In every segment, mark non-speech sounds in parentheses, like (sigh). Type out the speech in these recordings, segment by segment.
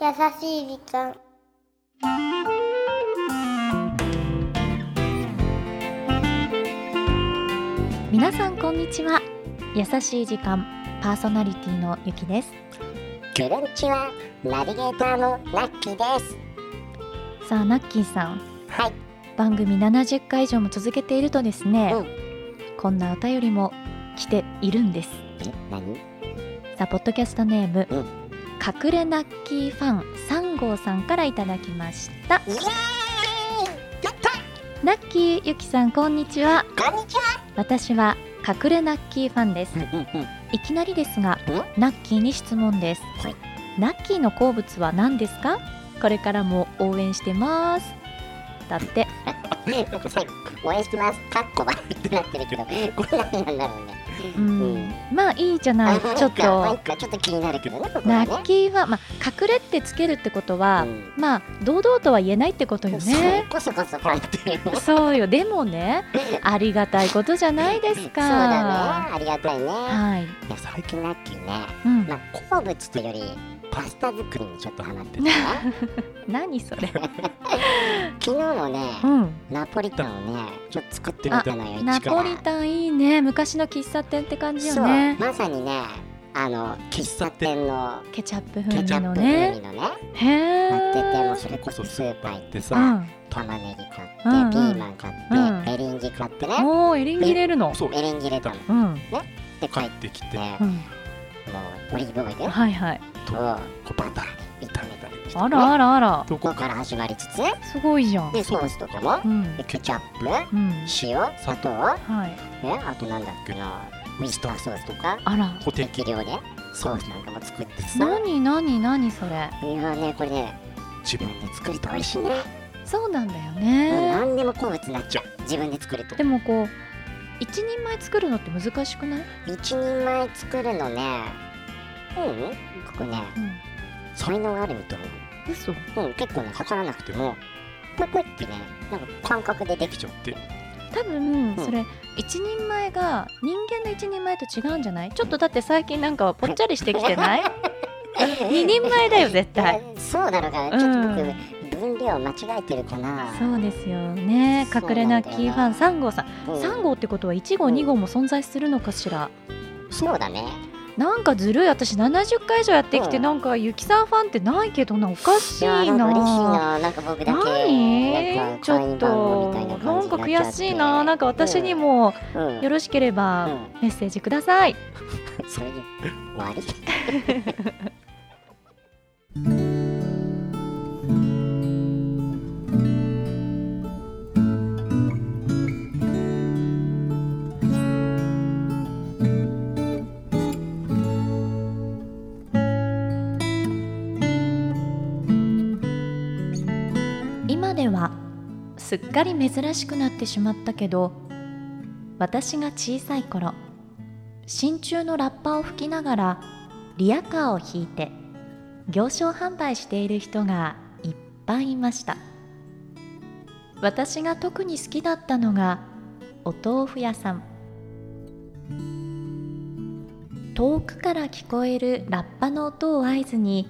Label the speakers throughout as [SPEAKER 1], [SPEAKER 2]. [SPEAKER 1] 優しい時間
[SPEAKER 2] 皆さんこんにちは優しい時間パーソナリティのゆきです
[SPEAKER 3] クルンチはナビゲーターのラッキーです
[SPEAKER 2] さあナッキーさん
[SPEAKER 3] はい
[SPEAKER 2] 番組70回以上も続けているとですね、
[SPEAKER 3] うん
[SPEAKER 2] こんなお便りも来ているんです
[SPEAKER 3] え何
[SPEAKER 2] さあポッドキャストネーム、
[SPEAKER 3] うん
[SPEAKER 2] 隠れナッキーファン3号さんからいただきました
[SPEAKER 3] イエーイやった
[SPEAKER 2] ナッキーゆきさんこんにちは
[SPEAKER 3] こんにちは
[SPEAKER 2] 私は隠れナッキーファンです
[SPEAKER 3] うんうんうん
[SPEAKER 2] いきなりですが
[SPEAKER 3] う
[SPEAKER 2] ナッキーに質問です
[SPEAKER 3] はい
[SPEAKER 2] ナッキーの好物は何ですかこれからも応援してますだって
[SPEAKER 3] なんか最後応援してますカッコはってなってるけどこれ何なんだろうね
[SPEAKER 2] うん、
[SPEAKER 3] うん
[SPEAKER 2] まあいいじゃない
[SPEAKER 3] あ
[SPEAKER 2] ちょっ
[SPEAKER 3] な
[SPEAKER 2] と
[SPEAKER 3] んかちょっと気になるけどねここは
[SPEAKER 2] ナ
[SPEAKER 3] ね
[SPEAKER 2] ッキーは、まあ、隠れってつけるってことは、
[SPEAKER 3] うん
[SPEAKER 2] まあ堂々とは言えないってことよね
[SPEAKER 3] そうこそこそこうやってる
[SPEAKER 2] そうよでもねありがたいことじゃないですか
[SPEAKER 3] そうだねありがたいねい
[SPEAKER 2] はい、
[SPEAKER 3] や最近ラッキーね
[SPEAKER 2] うん
[SPEAKER 3] ま、あ好物というよりパスタ作りにちょっとハマってて
[SPEAKER 2] (laughs)
[SPEAKER 3] ね
[SPEAKER 2] 何そ
[SPEAKER 3] (laughs)
[SPEAKER 2] れ、
[SPEAKER 3] 昨日もね
[SPEAKER 2] うん、
[SPEAKER 3] ナポリタンをねちょっと作ってみ
[SPEAKER 2] あ
[SPEAKER 3] たのよ
[SPEAKER 2] ナ
[SPEAKER 3] 一から
[SPEAKER 2] ポリタンいいね昔の喫茶店って感じ
[SPEAKER 3] そ
[SPEAKER 2] よ
[SPEAKER 3] う
[SPEAKER 2] ね
[SPEAKER 3] まさにねあの喫茶店の
[SPEAKER 2] ケチャップ風
[SPEAKER 3] ケチ
[SPEAKER 2] 味
[SPEAKER 3] ャッ
[SPEAKER 2] の
[SPEAKER 3] プ風
[SPEAKER 2] ね
[SPEAKER 3] 味のね
[SPEAKER 2] へえ
[SPEAKER 3] なっててもうそれこそスーパー行って
[SPEAKER 2] う
[SPEAKER 3] さ
[SPEAKER 2] ん、
[SPEAKER 3] 玉ねぎ買ってピ
[SPEAKER 2] うんうん
[SPEAKER 3] ーマン買
[SPEAKER 2] うん
[SPEAKER 3] ってエリンギ買ってね
[SPEAKER 2] もうエリンギ入れるの
[SPEAKER 4] そう
[SPEAKER 3] エリンギ入れたのっ
[SPEAKER 2] うん、
[SPEAKER 3] て帰
[SPEAKER 4] 帰
[SPEAKER 3] っ
[SPEAKER 4] ってき
[SPEAKER 3] て
[SPEAKER 4] て
[SPEAKER 3] も
[SPEAKER 2] う、
[SPEAKER 3] うんオリーブオイルを
[SPEAKER 2] はいはい
[SPEAKER 3] 炒
[SPEAKER 4] バター
[SPEAKER 3] めたりして
[SPEAKER 2] あらあらあら
[SPEAKER 4] と
[SPEAKER 3] ここ
[SPEAKER 4] こ
[SPEAKER 3] から始まりつつ
[SPEAKER 2] すごいじゃん
[SPEAKER 3] でソースとかも
[SPEAKER 2] うん
[SPEAKER 3] でケチャップ
[SPEAKER 2] うん
[SPEAKER 3] 塩砂糖
[SPEAKER 2] はい
[SPEAKER 3] ねあとなんだっけなウィスターソースとか
[SPEAKER 2] あら
[SPEAKER 4] ホテル
[SPEAKER 3] 適量でソースなんかも作ってさ
[SPEAKER 2] 何何何それ
[SPEAKER 3] いやねこれね
[SPEAKER 4] 自分
[SPEAKER 3] 自分で作ると美味しいね
[SPEAKER 2] そうなんだよ
[SPEAKER 3] もう
[SPEAKER 2] ね
[SPEAKER 3] 何でも好物になっちゃう自分で作ると
[SPEAKER 2] でもこう一人前作るのって難しくない、
[SPEAKER 3] 一人前作るのねうんここね
[SPEAKER 2] うん、
[SPEAKER 3] 才能あるみたい
[SPEAKER 2] 嘘
[SPEAKER 3] なうん結構ね測らなくてもポイポイってねなんか感覚でできちゃうって
[SPEAKER 2] 多分
[SPEAKER 3] ん
[SPEAKER 2] それ一人前が人間の一人前と違うんじゃないちょっとだって最近なんかはぽっちゃりしてきて (laughs) ない二人前だよ絶対
[SPEAKER 3] えそうなのかなちょっと僕、分量間違えてるかな
[SPEAKER 2] そうですよね
[SPEAKER 3] そうなんだ
[SPEAKER 2] 隠
[SPEAKER 3] よな
[SPEAKER 2] れなキーファン3号さん
[SPEAKER 3] うん
[SPEAKER 2] 3号ってことは1号
[SPEAKER 3] うん
[SPEAKER 2] 2号も存在するのかしら
[SPEAKER 3] そうだね
[SPEAKER 2] なんかずるい私70回以上やってきて
[SPEAKER 3] うん
[SPEAKER 2] なんかゆきさんファンってないけどなおかしいな
[SPEAKER 3] やなんか嬉しいななんか僕だけなん
[SPEAKER 2] 何
[SPEAKER 3] か
[SPEAKER 2] ちょっ
[SPEAKER 3] 会員番号み
[SPEAKER 2] と
[SPEAKER 3] たいな
[SPEAKER 2] な
[SPEAKER 3] 感
[SPEAKER 2] ん
[SPEAKER 3] じに
[SPEAKER 2] か
[SPEAKER 3] なっちゃって
[SPEAKER 2] 悔しいななんか私に、も
[SPEAKER 3] うんうん
[SPEAKER 2] よろしけれ
[SPEAKER 3] う
[SPEAKER 2] ば
[SPEAKER 3] ん
[SPEAKER 2] メッセージください
[SPEAKER 3] それで終わり
[SPEAKER 2] 今ではすっかり珍しくなってしまったけど私が小さい頃真鍮のラッパを吹きながらリヤカーを引いて行商販売している人がいっぱいいました私が特に好きだったのがお豆腐屋さん遠くから聞こえるラッパの音を合図に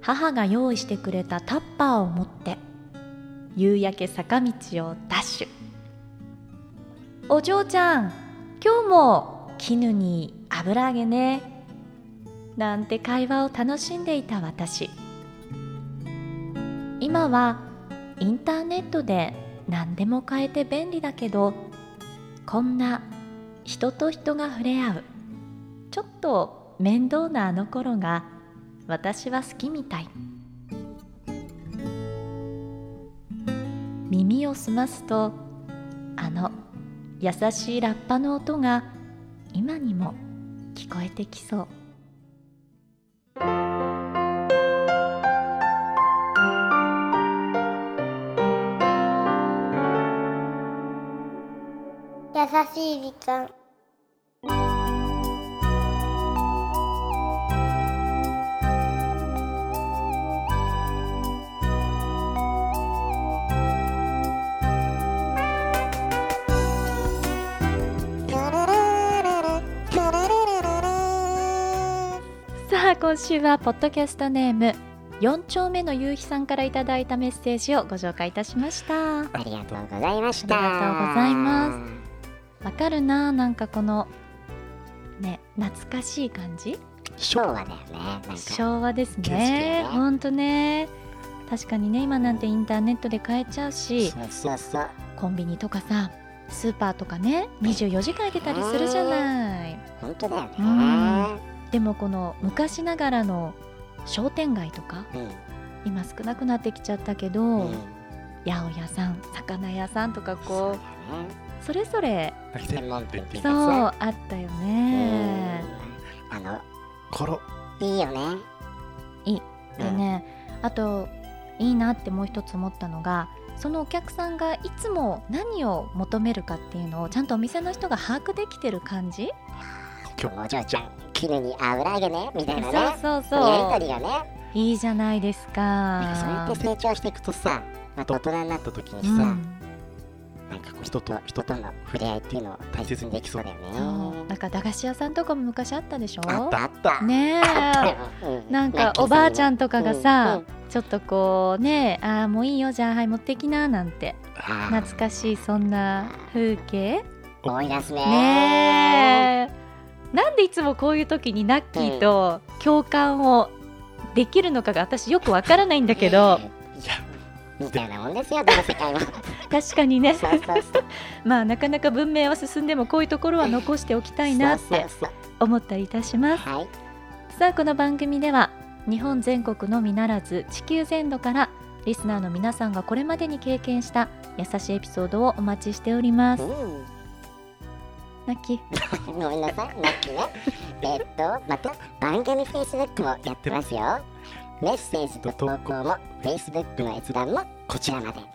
[SPEAKER 2] 母が用意してくれたタッパーを持って夕焼け坂道をダッシュお嬢ちゃん今日も絹に油揚げねなんて会話を楽しんでいた私今はインターネットで何でも買えて便利だけどこんな人と人が触れ合うちょっと面倒なあの頃が私は好きみたい耳を澄ますとあの優しいラッパの音が今にも聞こえてきそう
[SPEAKER 1] 優しい時間
[SPEAKER 2] さあ今週はポッドキャストネーム4丁目のゆうひさんからいただいたメッセージをご紹介いたしました
[SPEAKER 3] ありがとうございました
[SPEAKER 2] ありがとうございまわかるななんかこのね懐かしい感じ
[SPEAKER 3] 昭和だよねなんか
[SPEAKER 2] 昭和です
[SPEAKER 3] 景色
[SPEAKER 2] ね
[SPEAKER 3] がね
[SPEAKER 2] ほんとね確かにね今なんてインターネットで買えちゃうし
[SPEAKER 3] そうそうそう
[SPEAKER 2] コンビニとかさスーパーとかね24時間開けたりするじゃない
[SPEAKER 3] 本当だよね
[SPEAKER 2] う
[SPEAKER 3] うんん、
[SPEAKER 2] でもこの昔ながらの商店街とか今少なくなってきちゃったけど、
[SPEAKER 3] うん
[SPEAKER 2] 八百屋さん魚屋さんとか
[SPEAKER 3] そう
[SPEAKER 2] こ
[SPEAKER 3] だね
[SPEAKER 2] うそれぞれ
[SPEAKER 3] 専門店っていう
[SPEAKER 2] そう
[SPEAKER 3] か
[SPEAKER 2] あったよ
[SPEAKER 3] さ
[SPEAKER 2] ね
[SPEAKER 3] うんあの
[SPEAKER 4] コロ
[SPEAKER 3] いいよね
[SPEAKER 2] いいで
[SPEAKER 3] うん
[SPEAKER 2] ねあといいなってもう一つ思ったのがそのお客さんがいつも何を求めるかっていうのをちゃんとお店の人が把握できてる感じ
[SPEAKER 3] 今日もお嬢ちゃん絹に油揚げねみたいな
[SPEAKER 2] そう
[SPEAKER 3] ね
[SPEAKER 2] そう
[SPEAKER 3] や
[SPEAKER 2] そ
[SPEAKER 3] りとりがね
[SPEAKER 2] ういいじゃないです
[SPEAKER 3] なんか
[SPEAKER 2] か
[SPEAKER 3] そうやって成長していくとさまた大人になった時に
[SPEAKER 2] う
[SPEAKER 3] さ、
[SPEAKER 2] ん
[SPEAKER 3] なんかこう人と人との触れ合いっていうのを大切にできそうだよね
[SPEAKER 2] そうなんか駄菓子屋さんとかも昔あったでしょ
[SPEAKER 3] あったあった、
[SPEAKER 2] ねえ
[SPEAKER 3] (laughs) う
[SPEAKER 2] なんかおばあちゃ
[SPEAKER 3] ん
[SPEAKER 2] んとかがさ、ちょっとこうねあーもういいよじゃあはい持ってきななんて
[SPEAKER 3] 懐
[SPEAKER 2] 懐かしいそんな風景
[SPEAKER 3] 思い出すね
[SPEAKER 2] ねえなんでいつもこういう時にナッキーと共感をできるのかが私よくわからないんだけど
[SPEAKER 3] いやみたいなもんですよどの世界も (laughs) そう
[SPEAKER 2] 確かにね
[SPEAKER 3] そうそう
[SPEAKER 2] まあなかなか文明は進んでもこういうところは残しておきたいなっ
[SPEAKER 3] そう
[SPEAKER 2] て
[SPEAKER 3] そう
[SPEAKER 2] 思ったりいたし
[SPEAKER 3] そう
[SPEAKER 2] ます
[SPEAKER 3] はい
[SPEAKER 2] さあこの番組では日本全国のみならず地球全土からリスナーの皆さんがこれまでに経験した優しいエピソードをお待ちしております
[SPEAKER 3] う
[SPEAKER 2] ナッキー
[SPEAKER 3] んごめんなさいナッキーね (laughs) えっとまた番組 Facebook もやってますよメッセージと投稿も Facebook の閲覧もこちらまで
[SPEAKER 2] も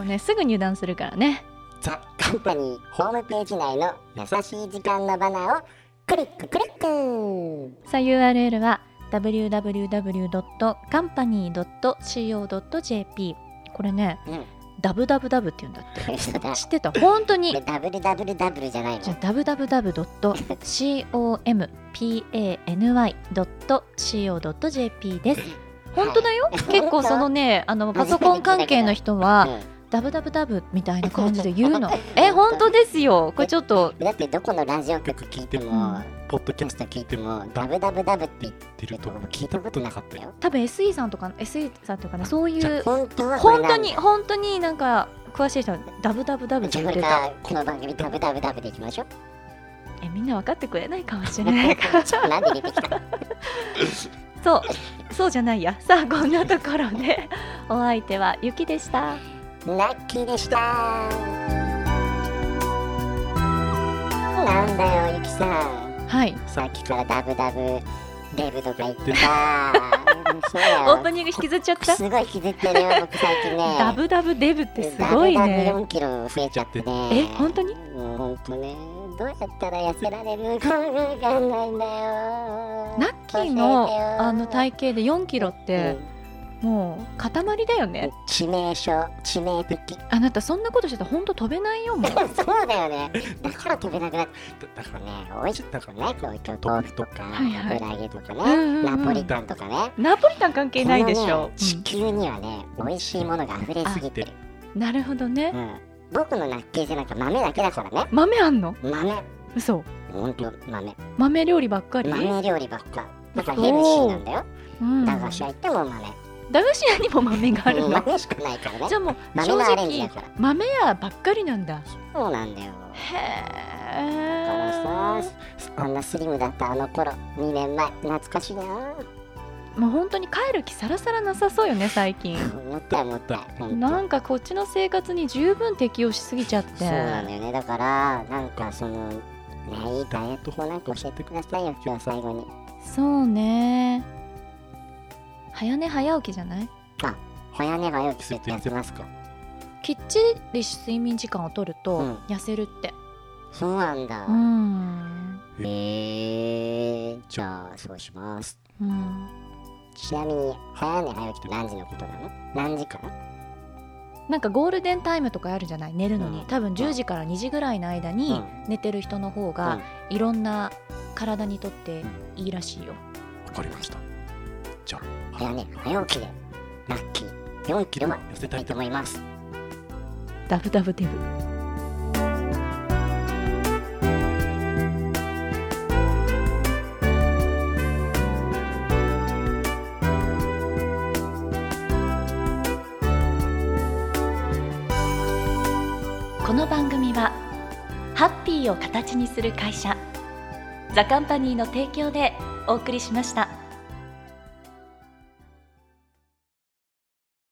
[SPEAKER 2] うねすぐ入団するからね
[SPEAKER 3] ザ・カンパニーホームページ内の優しい時間のバナーをクリッククリック
[SPEAKER 2] さあ URL は www.company.co.jp これね
[SPEAKER 3] うん
[SPEAKER 2] ダブダブダブって言うんだって
[SPEAKER 3] 嘘だ
[SPEAKER 2] 知ってた本当
[SPEAKER 3] これ
[SPEAKER 2] に
[SPEAKER 3] ダブルダブルダブルじゃないの
[SPEAKER 2] じゃあ www.company.co.jp です本当だよ結構そのねあのパソコン関係の人は
[SPEAKER 3] う
[SPEAKER 2] ダブダブダブみたいな感じで
[SPEAKER 3] (laughs)
[SPEAKER 2] 言うのえ本当ですよこれちょっと
[SPEAKER 3] んだってどこのラジオ局聞いても、
[SPEAKER 2] うん
[SPEAKER 3] ポッドキャスト聞いてもダブダブダブって言ってるとこ聞いたことなかったよ
[SPEAKER 2] 多分 SE さんとか SE さんとかねそういう
[SPEAKER 3] 本当はこれ
[SPEAKER 2] 本
[SPEAKER 3] な
[SPEAKER 2] 当
[SPEAKER 3] んだ
[SPEAKER 2] に本当になんか詳しい人はダブダブダブっ
[SPEAKER 3] じ
[SPEAKER 2] て
[SPEAKER 3] ゃあ
[SPEAKER 2] 言って
[SPEAKER 3] これか
[SPEAKER 2] た
[SPEAKER 3] らこの番組ダブダブダブでいきまし (laughs) ょう
[SPEAKER 2] えみんな分かってくれないかもしれ
[SPEAKER 3] (laughs)
[SPEAKER 2] ないから
[SPEAKER 3] なんで出てきた
[SPEAKER 2] そうそうじゃないやさあこんなところでお相手はゆきでした
[SPEAKER 3] ラッキーでしたなんだよゆきさん
[SPEAKER 2] はい
[SPEAKER 3] さっきからダブダブデブとか言って
[SPEAKER 2] (laughs)
[SPEAKER 3] たうんそうだ
[SPEAKER 2] オ
[SPEAKER 3] よ
[SPEAKER 2] ープニング引きずっちゃった
[SPEAKER 3] すごい気づいてるよ僕最近ね
[SPEAKER 2] ダブダブデブってすごい
[SPEAKER 3] ダブダ
[SPEAKER 2] ね
[SPEAKER 3] ブ4キロ増えちゃってね
[SPEAKER 2] え本当に
[SPEAKER 3] もうほんとねどうやったら痩せられるのかわかんないんだよ
[SPEAKER 2] ナッキーのあの体型で4キロってもう塊だよ
[SPEAKER 3] うん
[SPEAKER 2] ね
[SPEAKER 3] 致命傷致命的 (laughs)
[SPEAKER 2] あなたそんなことしてたらほんと飛べないよもう
[SPEAKER 3] そうだよねだから飛べなくなっ
[SPEAKER 4] だか
[SPEAKER 3] た
[SPEAKER 4] ら
[SPEAKER 3] ね美味しくなくねこういった豆腐とか
[SPEAKER 2] はいはい
[SPEAKER 3] 油揚げと
[SPEAKER 2] う
[SPEAKER 3] か
[SPEAKER 2] んうんう
[SPEAKER 3] ね
[SPEAKER 2] ん
[SPEAKER 3] ナポリタンとかね
[SPEAKER 2] ナポリタン関係ないでし
[SPEAKER 3] この
[SPEAKER 2] ょ
[SPEAKER 3] ね、地球にはね美味しいものが溢れすぎてる、
[SPEAKER 2] うんなるほどね
[SPEAKER 3] うん、僕のナッキーじゃなんか豆だけだからね
[SPEAKER 2] 豆あんの
[SPEAKER 3] 豆
[SPEAKER 2] 嘘
[SPEAKER 3] ほんと豆
[SPEAKER 2] 豆料理ばっかり、
[SPEAKER 3] 豆料理ばっかだからヘルシーなんだよ
[SPEAKER 2] うん
[SPEAKER 3] 駄菓子屋行っても豆
[SPEAKER 2] 駄菓子屋にも豆がある
[SPEAKER 3] うん
[SPEAKER 2] の
[SPEAKER 3] 豆しかないからね
[SPEAKER 2] じゃあもう
[SPEAKER 3] 豆
[SPEAKER 2] 正
[SPEAKER 3] のアレンジだ
[SPEAKER 2] 直
[SPEAKER 3] から
[SPEAKER 2] 豆屋ばっかりなんだ
[SPEAKER 3] そうなんだよ
[SPEAKER 2] へ
[SPEAKER 3] だからさ
[SPEAKER 2] え
[SPEAKER 3] あんなスリムだったあの頃2年前懐かしいな
[SPEAKER 2] もう本当に帰る気さらさらなさそうよね最近
[SPEAKER 3] もったいもったいほんと
[SPEAKER 2] なんかこっちの生活に十分適応しすぎちゃって
[SPEAKER 3] そうなんだよねだからなんかそのねいいダイエット法なんか教えてくださいよ今日最後に
[SPEAKER 2] そうね早寝早起きじゃない
[SPEAKER 3] 早寝早起きするってやってますか
[SPEAKER 2] きっちり睡眠時間をとると
[SPEAKER 3] うん
[SPEAKER 2] 痩せるって
[SPEAKER 3] そうなんだ
[SPEAKER 2] うん、
[SPEAKER 3] へえー、じゃあそうします
[SPEAKER 2] うん、
[SPEAKER 3] ちなみに早寝早起きって何時のことなの何時から
[SPEAKER 2] なんかゴールデンタイムとかあるじゃない寝るのに、
[SPEAKER 3] うん
[SPEAKER 2] 多分10時から2時ぐらいの間
[SPEAKER 3] う
[SPEAKER 2] に
[SPEAKER 3] ん
[SPEAKER 2] 寝てる人の方がいろんな体にとっていいらしいよ、
[SPEAKER 4] わかりましたじゃあ
[SPEAKER 3] れはね、早起きで、ラッキー、
[SPEAKER 4] 4キロ
[SPEAKER 3] 弱
[SPEAKER 4] 痩せた
[SPEAKER 3] た
[SPEAKER 4] い
[SPEAKER 3] い
[SPEAKER 4] と
[SPEAKER 3] と
[SPEAKER 4] 思
[SPEAKER 3] 思
[SPEAKER 4] い
[SPEAKER 3] い
[SPEAKER 4] ま
[SPEAKER 3] ます。
[SPEAKER 2] ダブダブデブこの番組はハッピーを形にする会社ザカンパニーの提供でお送りしました。